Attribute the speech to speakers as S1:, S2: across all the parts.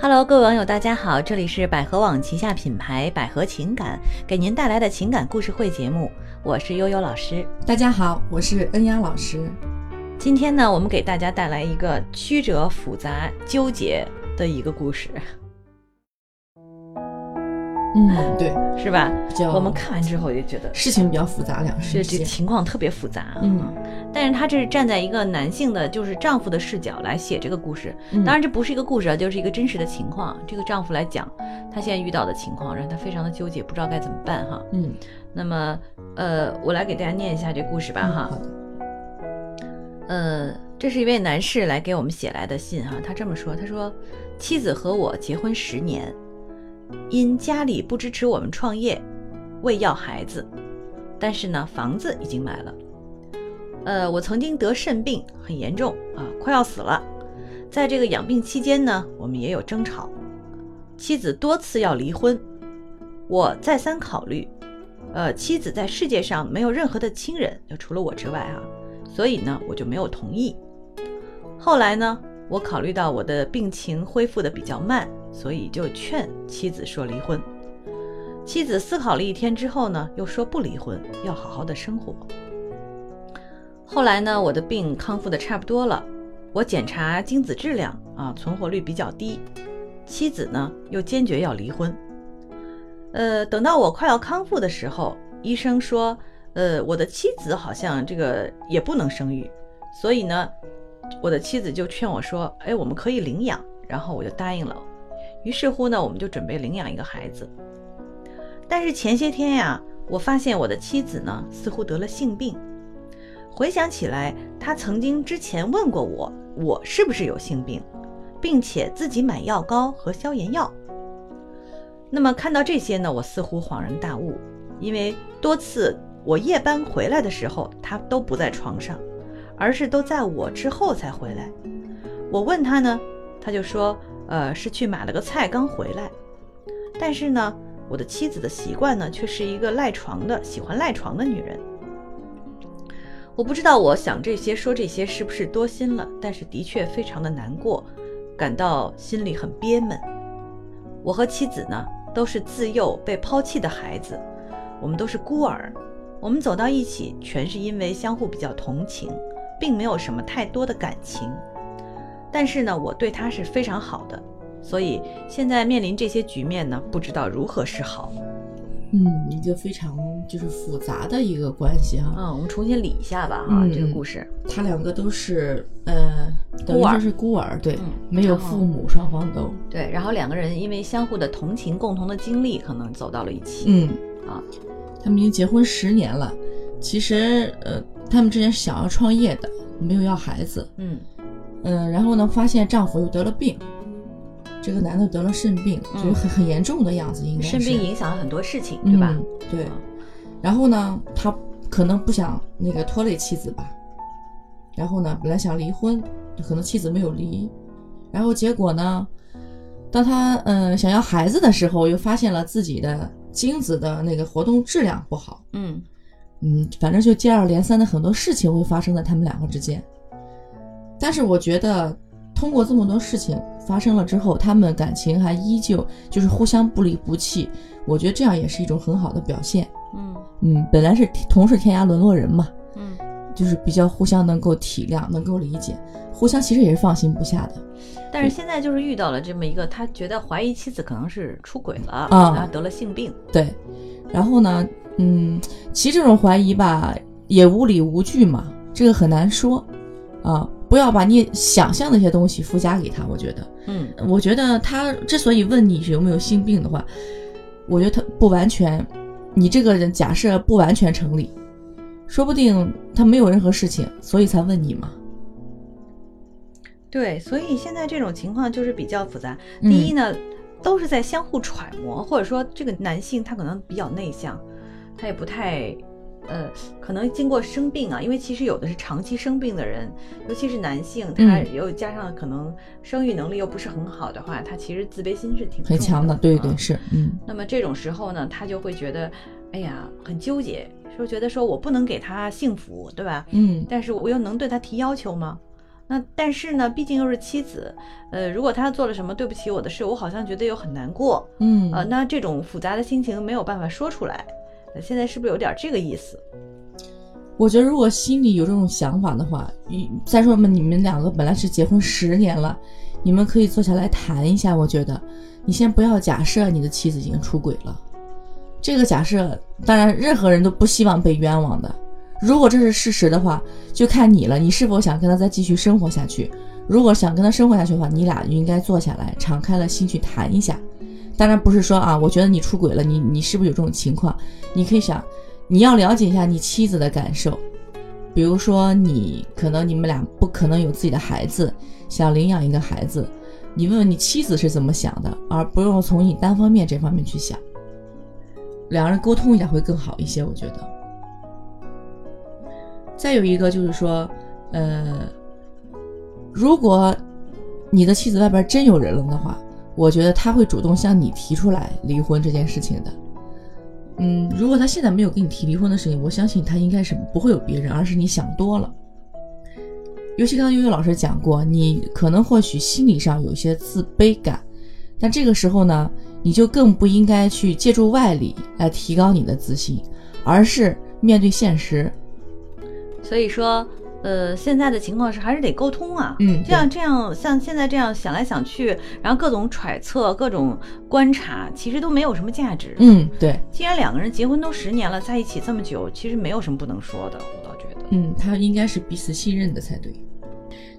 S1: Hello，各位网友，大家好，这里是百合网旗下品牌百合情感给您带来的情感故事会节目，我是悠悠老师。
S2: 大家好，我是恩雅老师。
S1: 今天呢，我们给大家带来一个曲折、复杂、纠结的一个故事，
S2: 嗯，对，
S1: 是吧？
S2: 比较
S1: 我们看完之后就觉得
S2: 事情比较复杂，两个
S1: 这
S2: 人
S1: 这
S2: 之
S1: 个
S2: 间
S1: 情况特别复杂啊。
S2: 嗯
S1: 但是他这是站在一个男性的，就是丈夫的视角来写这个故事。
S2: 嗯
S1: 当然，这不是一个故事啊，就是一个真实的情况。这个丈夫来讲他现在遇到的情况，让他非常的纠结，不知道该怎么办哈。
S2: 嗯
S1: 那么，呃，我来给大家念一下这故事吧
S2: 嗯
S1: 啊哈
S2: 好。的，
S1: 呃，这是一位男士来给我们写来的信哈，他这么说，他说，妻子和我结婚十年，因家里不支持我们创业，为要孩子，但是呢，房子已经买了。呃，我曾经得肾病，很严重啊，快要死了。在这个养病期间呢，我们也有争吵，妻子多次要离婚，我再三考虑。呃，妻子在世界上没有任何的亲人，就除了我之外啊。所以呢，我就没有同意。后来呢，我考虑到我的病情恢复的比较慢，所以就劝妻子说离婚。妻子思考了一天之后呢，又说不离婚，要好好的生活。后来呢，我的病康复的差不多了，我检查精子质量啊，存活率比较低。妻子呢又坚决要离婚。呃，等到我快要康复的时候，医生说，呃，我的妻子好像这个也不能生育，所以呢，我的妻子就劝我说，哎，我们可以领养，然后我就答应了。于是乎呢，我们就准备领养一个孩子。但是前些天呀，我发现我的妻子呢似乎得了性病。回想起来，她曾经之前问过我，我是不是有性病，并且自己买药膏和消炎药。那么看到这些呢，我似乎恍然大悟，因为多次我夜班回来的时候，他都不在床上，而是都在我之后才回来。我问他呢，他就说，呃，是去买了个菜刚回来。但是呢，我的妻子的习惯呢，却是一个赖床的，喜欢赖床的女人。我不知道我想这些说这些是不是多心了，但是的确非常的难过，感到心里很憋闷。我和妻子呢，都是自幼被抛弃的孩子，我们都是孤儿。我们走到一起，全是因为相互比较同情，并没有什么太多的感情。但是呢，我对他是非常好的，所以现在面临这些局面呢，不知道如何是好。
S2: 嗯，一个非常就是复杂的一个关系哈、
S1: 嗯，我们重新理一下吧，哈、
S2: 嗯
S1: 这个故事。
S2: 他两个都是呃，等于
S1: 孤儿
S2: 说是孤儿，对，
S1: 嗯
S2: 没有
S1: 然后
S2: 父母，双方都，
S1: 对，然后两个人因为相互的同情、共同的经历，可能走到了一起。
S2: 嗯
S1: 啊，
S2: 他们已经结婚十年了，其实呃，他们之前是想要创业的，没有要孩子，
S1: 嗯
S2: 嗯，然后呢，发现丈夫又得了病，这个男的得了肾病，
S1: 嗯
S2: 就是很很严重的样子，应该是
S1: 肾病影响了很多事情，对吧？
S2: 嗯对
S1: 啊。
S2: 然后呢，他可能不想那个拖累妻子吧，然后呢，本来想离婚，可能妻子没有离，然后结果呢，当他嗯、呃想要孩子的时候，又发现了自己的精子的那个活动质量不好，
S1: 嗯
S2: 嗯，反正就接二连三的很多事情会发生在他们两个之间。但是我觉得，通过这么多事情发生了之后，他们感情还依旧就是互相不离不弃，我觉得这样也是一种很好的表现。
S1: 嗯
S2: 嗯，本来是天同是天涯沦落人嘛，
S1: 嗯，
S2: 就是比较互相能够体谅，能够理解，互相其实也是放心不下的。
S1: 但
S2: 嗯
S1: 是现在就是遇到了这么一个，他觉得怀疑妻子可能是出轨了，
S2: 嗯
S1: 然后得了性病。
S2: 对，然后呢，嗯，其实这种怀疑吧，也无理无据嘛，这个很难说啊。不要把你想象的一些东西附加给他，我觉得，
S1: 嗯
S2: 我觉得他之所以问你有没有性病的话，我觉得他不完全，你这个人假设不完全成立，说不定他没有任何事情，所以才问你嘛。
S1: 对，所以现在这种情况就是比较复杂。
S2: 嗯
S1: 第一呢，都是在相互揣摩，或者说这个男性他可能比较内向，他也不太。呃，可能经过生病啊，因为其实有的是长期生病的人，尤其是男性，他
S2: 嗯
S1: 又加上可能生育能力又不是很好的话，他其实自卑心是挺重
S2: 很强的，对对
S1: 嗯
S2: 是，嗯
S1: 那么这种时候呢，他就会觉得，哎呀，很纠结，说觉得说我不能给他幸福，对吧？
S2: 嗯
S1: 但是我又能对他提要求吗？那但是呢，毕竟又是妻子，呃，如果他做了什么对不起我的事，我好像觉得又很难过，
S2: 嗯
S1: 呃，那这种复杂的心情没有办法说出来。呃现在是不是有点这个意思？
S2: 我觉得如果心里有这种想法的话，一再说嘛，你们两个本来是结婚十年了，你们可以坐下来谈一下。我觉得，你先不要假设你的妻子已经出轨了，这个假设当然任何人都不希望被冤枉的。如果这是事实的话，就看你了，你是否想跟他再继续生活下去。如果想跟他生活下去的话，你俩应该坐下来，敞开了心去谈一下。当然不是说啊，我觉得你出轨了，你你是不是有这种情况？你可以想，你要了解一下你妻子的感受，比如说你可能你们俩不可能有自己的孩子，想领养一个孩子，你问问你妻子是怎么想的，而不用从你单方面这方面去想。两人沟通一下会更好一些，我觉得。再有一个就是说，呃，如果你的妻子外边真有人了的话，我觉得他会主动向你提出来离婚这件事情的。嗯，如果他现在没有跟你提离婚的事情，我相信他应该是不会有别人，而是你想多了。尤其刚刚悠悠老师讲过，你可能或许心理上有一些自卑感，但这个时候呢，你就更不应该去借助外力来提高你的自信，而是面对现实。
S1: 所以说，呃，现在的情况是还是得沟通啊。
S2: 嗯
S1: 这样这样，像现在这样想来想去，然后各种揣测、各种观察，其实都没有什么价值。，
S2: 嗯，对，
S1: 既然两个人结婚都十年了，在一起这么久，其实没有什么不能说的，我倒觉得。
S2: 嗯，他应该是彼此信任的才对。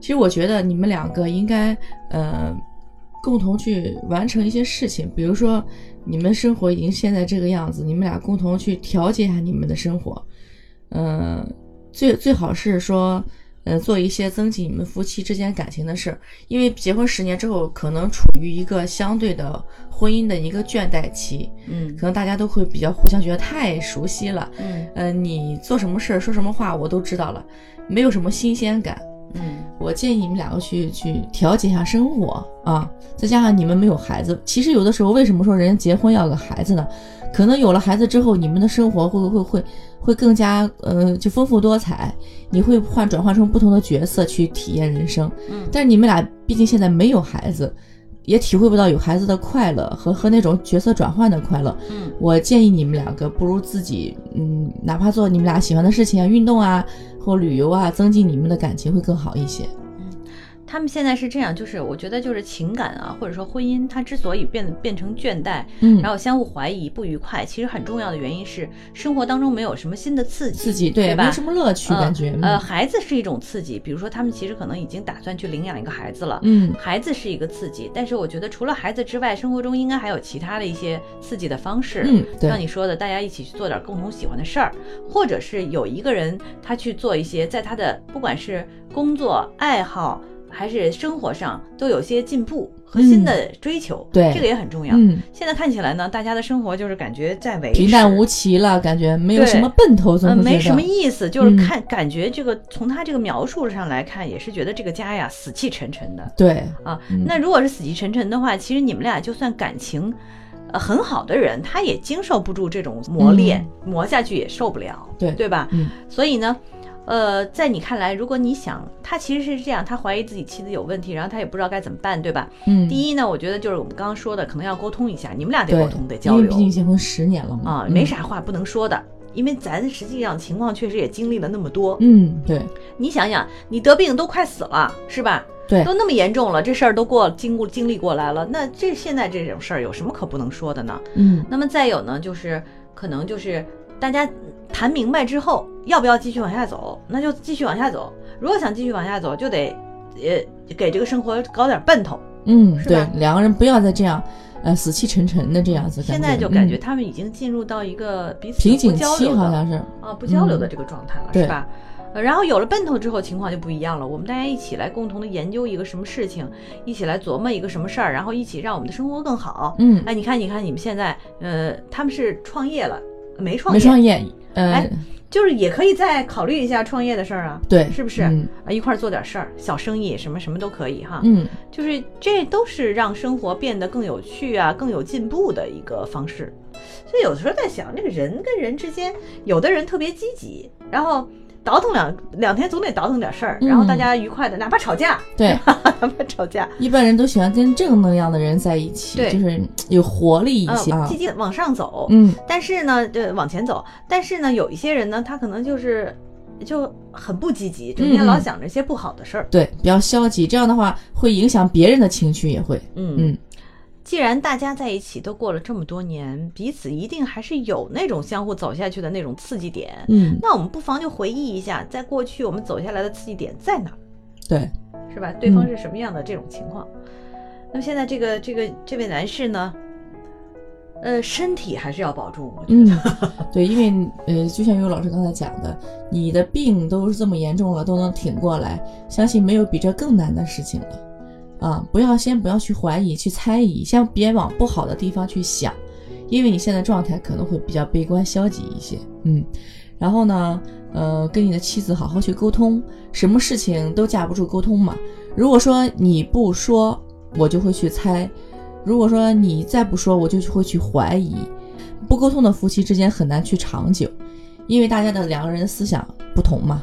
S2: 其实我觉得你们两个应该，呃，共同去完成一些事情，比如说你们生活已经现在这个样子，你们俩共同去调节一下你们的生活，呃，最最好是说，呃，做一些增进你们夫妻之间感情的事儿，因为结婚十年之后，可能处于一个相对的婚姻的一个倦怠期，
S1: 嗯
S2: 可能大家都会比较互相觉得太熟悉了，
S1: 嗯
S2: 嗯、你做什么事儿、说什么话，我都知道了，没有什么新鲜感。
S1: 嗯
S2: 我建议你们两个去去调节一下生活啊，再加上你们没有孩子，其实有的时候为什么说人家结婚要有个孩子呢？可能有了孩子之后，你们的生活会会会会更加呃就丰富多彩，你会换转换成不同的角色去体验人生。
S1: 嗯，
S2: 但是你们俩毕竟现在没有孩子，也体会不到有孩子的快乐和和那种角色转换的快乐。
S1: 嗯，
S2: 我建议你们两个不如自己，嗯，哪怕做你们俩喜欢的事情啊，运动啊或旅游啊，增进你们的感情会更好一些。
S1: 他们现在是这样，就是我觉得就是情感啊，或者说婚姻，它之所以变变成倦怠，
S2: 嗯，
S1: 然后相互怀疑、不愉快，其实很重要的原因是生活当中没有什么新的刺激，
S2: 自己对
S1: 吧？
S2: 没什么乐趣，
S1: 呃
S2: 感觉嗯
S1: 呃，孩子是一种刺激，比如说他们其实可能已经打算去领养一个孩子了。
S2: 嗯
S1: 孩子是一个刺激，但是我觉得除了孩子之外，生活中应该还有其他的一些刺激的方式。
S2: 嗯，
S1: 像
S2: 对，
S1: 你说的，大家一起去做点共同喜欢的事儿，或者是有一个人他去做一些在他的不管是工作、爱好还是生活上都有些进步和新的追求，
S2: 嗯对
S1: 这个也很重要。
S2: 嗯，
S1: 现在看起来呢，大家的生活就是感觉在维持
S2: 平淡无奇了，感觉没有
S1: 对
S2: 什么奔头，总
S1: 呃，
S2: 是
S1: 没
S2: 觉
S1: 什么
S2: 得
S1: 意思，就是
S2: 嗯
S1: 看、感觉这个从他这个描述上来看，也是觉得这个家呀死气沉沉的
S2: 对，
S1: 啊。
S2: 嗯
S1: 那如果是死气沉沉的话，其实你们俩就算感情，呃很好的人，他也经受不住这种磨练，磨下去也受不了，
S2: 嗯对
S1: 对吧？
S2: 嗯
S1: 所以呢。呃，在你看来，如果你想他其实是这样，他怀疑自己妻子有问题，然后他也不知道该怎么办，对吧？
S2: 嗯，
S1: 第一呢，我觉得就是我们刚刚说的，可能要沟通一下，你们俩得
S2: 对
S1: 沟通，得，交
S2: 因为
S1: 流。
S2: 毕竟嗯结婚十年了嘛
S1: 啊，没，啥话不能说的，因为咱实际上情况确实也经历了那么多。
S2: 嗯，嗯对
S1: 你想想，你得病都快死了，是吧？
S2: 对
S1: 都，那么严重了，这事儿都过经过经历过来了，那这现在这种事儿有什么可不能说的呢？
S2: 嗯
S1: 那么再有呢，就是可能就是大家谈明白之后，要不要继续往下走，那就继续往下走。如果想继续往下走，就得呃给这个生活搞点奔头。
S2: 嗯，
S1: 是
S2: 对
S1: 吧，
S2: 两个人不要再这样，呃，死气沉沉的这样子感觉。
S1: 现在就感觉
S2: 嗯
S1: 他们已经进入到一个彼此
S2: 瓶
S1: 不
S2: 颈
S1: 交
S2: 期
S1: 流
S2: 好
S1: 的
S2: 像是，
S1: 啊不交流的
S2: 嗯
S1: 这个状态了，
S2: 对
S1: 是吧？呃然后有了奔头之后，情况就不一样了。我们大家一起来共同的研究一个什么事情，一起来琢磨一个什么事儿，然后一起让我们的生活更好。
S2: 嗯，
S1: 哎，你看，你看，你们现在，呃，他们是创业了，没创
S2: 没
S1: 业，
S2: 创业，呃
S1: 哎，就是也可以再考虑一下创业的事儿啊，
S2: 对，
S1: 是不是
S2: 嗯
S1: 啊，一块儿做点事儿，小生意什么什么都可以哈。
S2: 嗯，
S1: 就是这都是让生活变得更有趣啊、更有进步的一个方式。所以有的时候在想，这个人跟人之间，有的人特别积极，然后倒腾两两天，总得倒腾点事儿，然
S2: 嗯
S1: 后大家愉快的，哪怕吵架，
S2: 对，
S1: 哪怕吵架，
S2: 一般人都喜欢跟正能量的人在一起，
S1: 对
S2: 就是有活力一些
S1: 嗯，
S2: 啊
S1: 积。极地往上走。
S2: 嗯，
S1: 但是呢，呃，往前走。但是呢，有一些人呢，他可能就是就很不积极，整天
S2: 嗯
S1: 老想着一些不好的事儿。
S2: 对，比较消极，这样的话会影响别人的情绪，也会。
S1: 嗯
S2: 嗯，
S1: 既然大家在一起都过了这么多年，彼此一定还是有那种相互走下去的那种刺激点。
S2: 嗯，
S1: 那我们不妨就回忆一下，在过去我们走下来的刺激点在哪儿，
S2: 对，嗯
S1: 是吧？对方是什么样的这种情况？那么现在这个这个这位男士呢，呃，身体还是要保重，我觉
S2: 嗯
S1: 得。，
S2: 对，因为呃，就像尤老师刚才讲的，你的病都是这么严重了，都能挺过来，相信没有比这更难的事情了。啊，不要先不要去怀疑、去猜疑，先别往不好的地方去想，因为你现在状态可能会比较悲观、消极一些。嗯，然后呢，呃，跟你的妻子好好去沟通，什么事情都架不住沟通嘛。如果说你不说，我就会去猜；如果说你再不说，我就会去怀疑。不沟通的夫妻之间很难去长久，因为大家的两个人的思想不同嘛，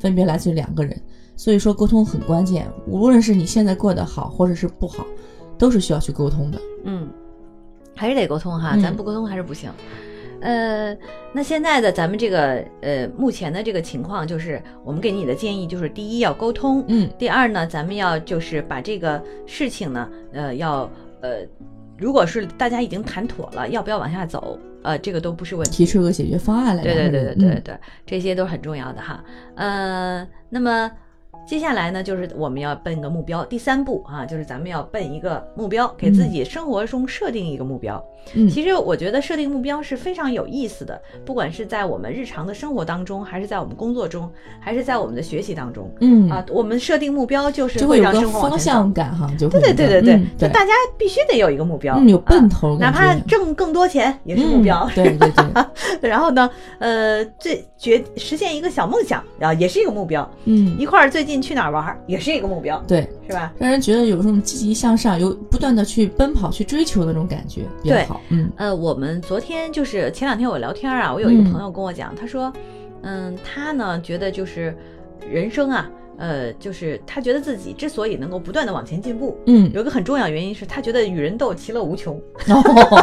S2: 分别来自于两个人，所以说沟通很关键。无论是你现在过得好，或者是不好，都是需要去沟通的。
S1: 嗯，还是得沟通哈，
S2: 嗯
S1: 咱不沟通还是不行。呃，那现在的咱们这个呃，目前的这个情况就是，我们给你的建议就是，第一要沟通，
S2: 嗯
S1: 第二呢，咱们要就是把这个事情呢，呃，要呃，如果是大家已经谈妥了，要不要往下走，呃，这个都不是问题。
S2: 提出一个解决方案来。
S1: 对对
S2: 两个
S1: 对对
S2: 人
S1: 对对，对，这些都是很重要的哈。呃，那么接下来呢，就是我们要奔一个目标，第三步啊，就是咱们要奔一个目标，给自己生活中设定一个目标。
S2: 嗯
S1: 其实我觉得设定目标是非常有意思的，不管是在我们日常的生活当中，还是在我们工作中，还是在我们的学习当中。
S2: 嗯
S1: 啊，我们设定目标就是
S2: 就会有
S1: 让
S2: 个
S1: 生活往
S2: 方
S1: 前走。
S2: 向感哈，就会
S1: 对对
S2: 有个
S1: 对对对
S2: 嗯，
S1: 就大家必须得有一个目标，
S2: 嗯有奔
S1: 啊，
S2: 头，
S1: 哪
S2: 感
S1: 怕
S2: 觉
S1: 挣更多钱也是目标
S2: 嗯，对对 对，
S1: 然后呢，呃，最决实现一个小梦想啊，也是一个目标。
S2: 嗯
S1: 一块儿最近去哪儿玩儿，也是一个目标，
S2: 对，
S1: 是吧？
S2: 让人觉得有这种积极向上，有不断的去奔跑、去追求的那种感觉比较
S1: 对
S2: 好。嗯
S1: 呃，我们昨天就是前两天我聊天儿啊，我有一个
S2: 嗯
S1: 朋友跟我讲，他说，嗯，他呢觉得就是人生啊，呃，就是他觉得自己之所以能够不断的往前进步，
S2: 嗯，
S1: 有一个很重要原因是他觉得与人斗其乐无穷。
S2: 哦，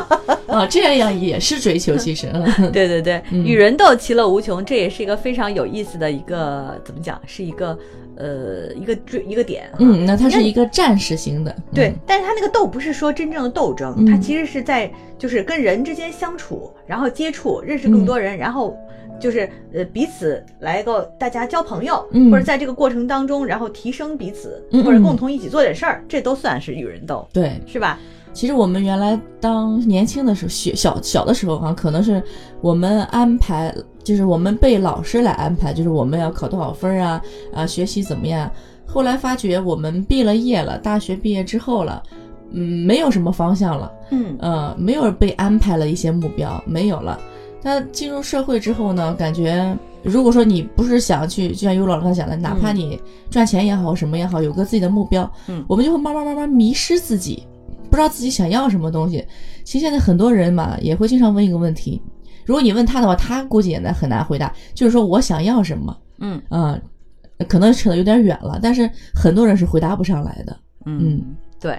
S2: 啊，这样也是追求，其实， 嗯，
S1: 对对对，
S2: 嗯
S1: 与人斗其乐无穷，这也是一个非常有意思的一个怎么讲，是一个呃一个追一个点。
S2: 嗯，那它是一个战士型的，嗯
S1: 对，，但是他那个斗不是说真正的斗争，
S2: 嗯
S1: 他其实是在就是跟人之间相处，然后接触，认识更
S2: 嗯
S1: 多人，然后就是呃彼此来个大家交朋友，
S2: 嗯
S1: 或者在这个过程当中，然后提升彼此，
S2: 嗯嗯
S1: 或者共同一起做点事儿，这都算是与人斗，
S2: 对，
S1: 是吧？
S2: 其实我们原来当年轻的时候，学小小的时候啊，可能是我们安排，就是我们被老师来安排，就是我们要考多少分儿啊，啊，学习怎么样。后来发觉我们毕了业了，大学毕业之后了，嗯，没有什么方向了，
S1: 嗯
S2: 呃，没有被安排了一些目标，没有了。那进入社会之后呢，感觉如果说你不是想去，就像尤老师刚才讲的，哪怕
S1: 嗯
S2: 你赚钱也好，什么也好，有个自己的目标，
S1: 嗯
S2: 我们就会慢慢慢慢迷失自己，不知道自己想要什么东西。其实现在很多人嘛，也会经常问一个问题，如果你问他的话，他估计也难很难回答，就是说我想要什么，
S1: 嗯
S2: 嗯、可能扯得有点远了，但是很多人是回答不上来的，嗯，
S1: 对。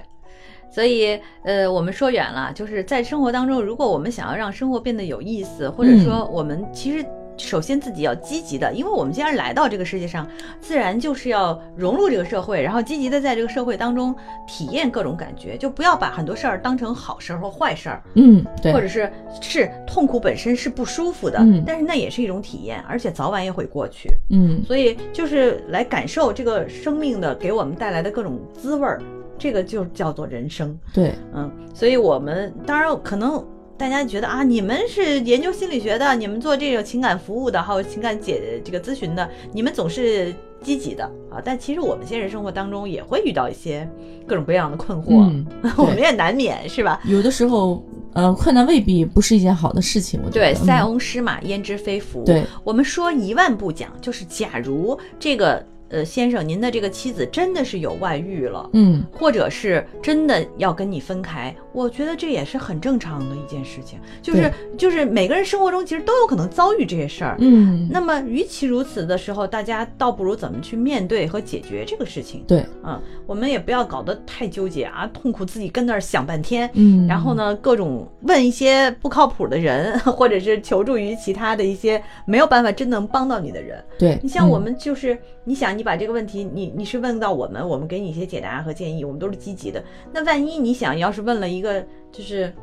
S1: 所以，呃，我们说远了，就是在生活当中，如果我们想要让生活变得有意思，或
S2: 嗯
S1: 者说我们其实首先自己要积极的，因为我们既然来到这个世界上，自然就是要融入这个社会，然后积极的在这个社会当中体验各种感觉，就不要把很多事儿当成好事儿或坏事儿，
S2: 嗯，对，
S1: 或者是是痛苦本身是不舒服的，
S2: 嗯
S1: 但是那也是一种体验，而且早晚也会过去。
S2: 嗯，
S1: 所以就是来感受这个生命的给我们带来的各种滋味儿，这个就叫做人生。
S2: 对，
S1: 嗯，所以我们当然可能大家觉得啊，你们是研究心理学的，你们做这个情感服务的，还有情感解这个咨询的，你们总是积极的啊。但其实我们现实生活当中也会遇到一些各种各样的困惑，
S2: 嗯
S1: 我
S2: 对
S1: 们也难免是吧？
S2: 有的时候，呃，困难未必不是一件好的事情，我觉
S1: 对，
S2: 得。
S1: 塞
S2: 嗯
S1: 翁失马焉知非福。
S2: 对，
S1: 我们说一万步讲，就是假如这个呃，先生，您的这个妻子真的是有外遇了，
S2: 嗯，
S1: 或者是真的要跟你分开，我觉得这也是很正常的一件事情。就是就是每个人生活中其实都有可能遭遇这些事儿。
S2: 嗯，
S1: 那么，与其如此的时候，大家倒不如怎么去面对和解决这个事情。
S2: 对，
S1: 嗯，我们也不要搞得太纠结啊，痛苦自己跟那儿想半天，
S2: 嗯，
S1: 然后？呢，各种问一些不靠谱的人， 或者是求助于其他的一些没有办法真能帮到你的人。
S2: 对，
S1: 你像我
S2: 嗯
S1: 们就是，你想你把这个问题，你你是问到我们，我们给你一些解答和建议，我们都是积极的。那万一你想要是问了一个就是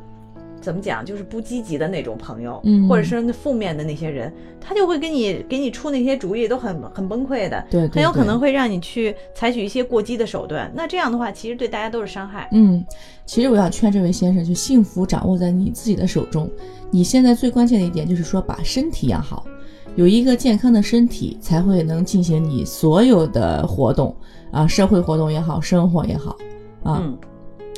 S1: 怎么讲，就是不积极的那种朋友，
S2: 嗯
S1: 或者是那负面的那些人，他就会给你给你出那些主意，都很很崩溃的，
S2: 对，对
S1: 很有可
S2: 对
S1: 能会让你去采取一些过激的手段。那这样的话，其实对大家都是伤害。
S2: 嗯，其实我想劝这位先生，就幸福掌握在你自己的手中。你现在最关键的一点就是说，把身体养好，有一个健康的身体，才会能进行你所有的活动啊，社会活动也好，生活也好啊。
S1: 嗯，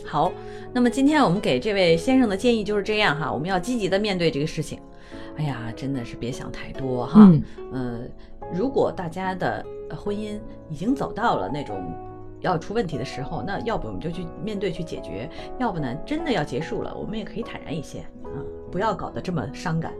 S1: 好，那么今天我们给这位先生的建议就是这样哈，我们要积极的面对这个事情。哎呀，真的是别想太多哈。
S2: 嗯
S1: 呃，如果大家的呃婚姻已经走到了那种要出问题的时候，那要不我们就去面对去解决，要不呢真的要结束了，我们也可以坦然一些啊，不要搞得这么伤感，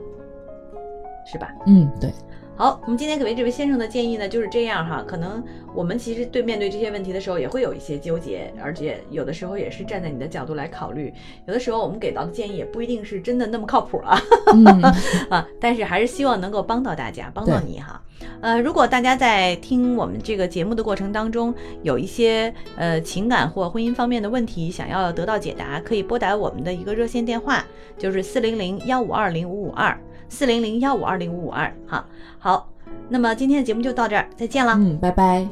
S1: 是吧？
S2: 嗯，对，
S1: 好，我们今天给这位先生的建议呢就是这样哈。可能我们其实对面对这些问题的时候也会有一些纠结，而且有的时候也是站在你的角度来考虑，有的时候我们给到的建议也不一定是真的那么靠谱啊。
S2: 嗯，
S1: 啊，但是还是希望能够帮到大家，帮到
S2: 对
S1: 你哈。呃，如果大家在听我们这个节目的过程当中，有一些呃情感或婚姻方面的问题想要得到解答，可以拨打我们的一个热线电话，就是四零零幺五二零五五二，四零零幺五二零五五二哈。好，那么今天的节目就到这儿，再见了。
S2: 嗯，拜拜。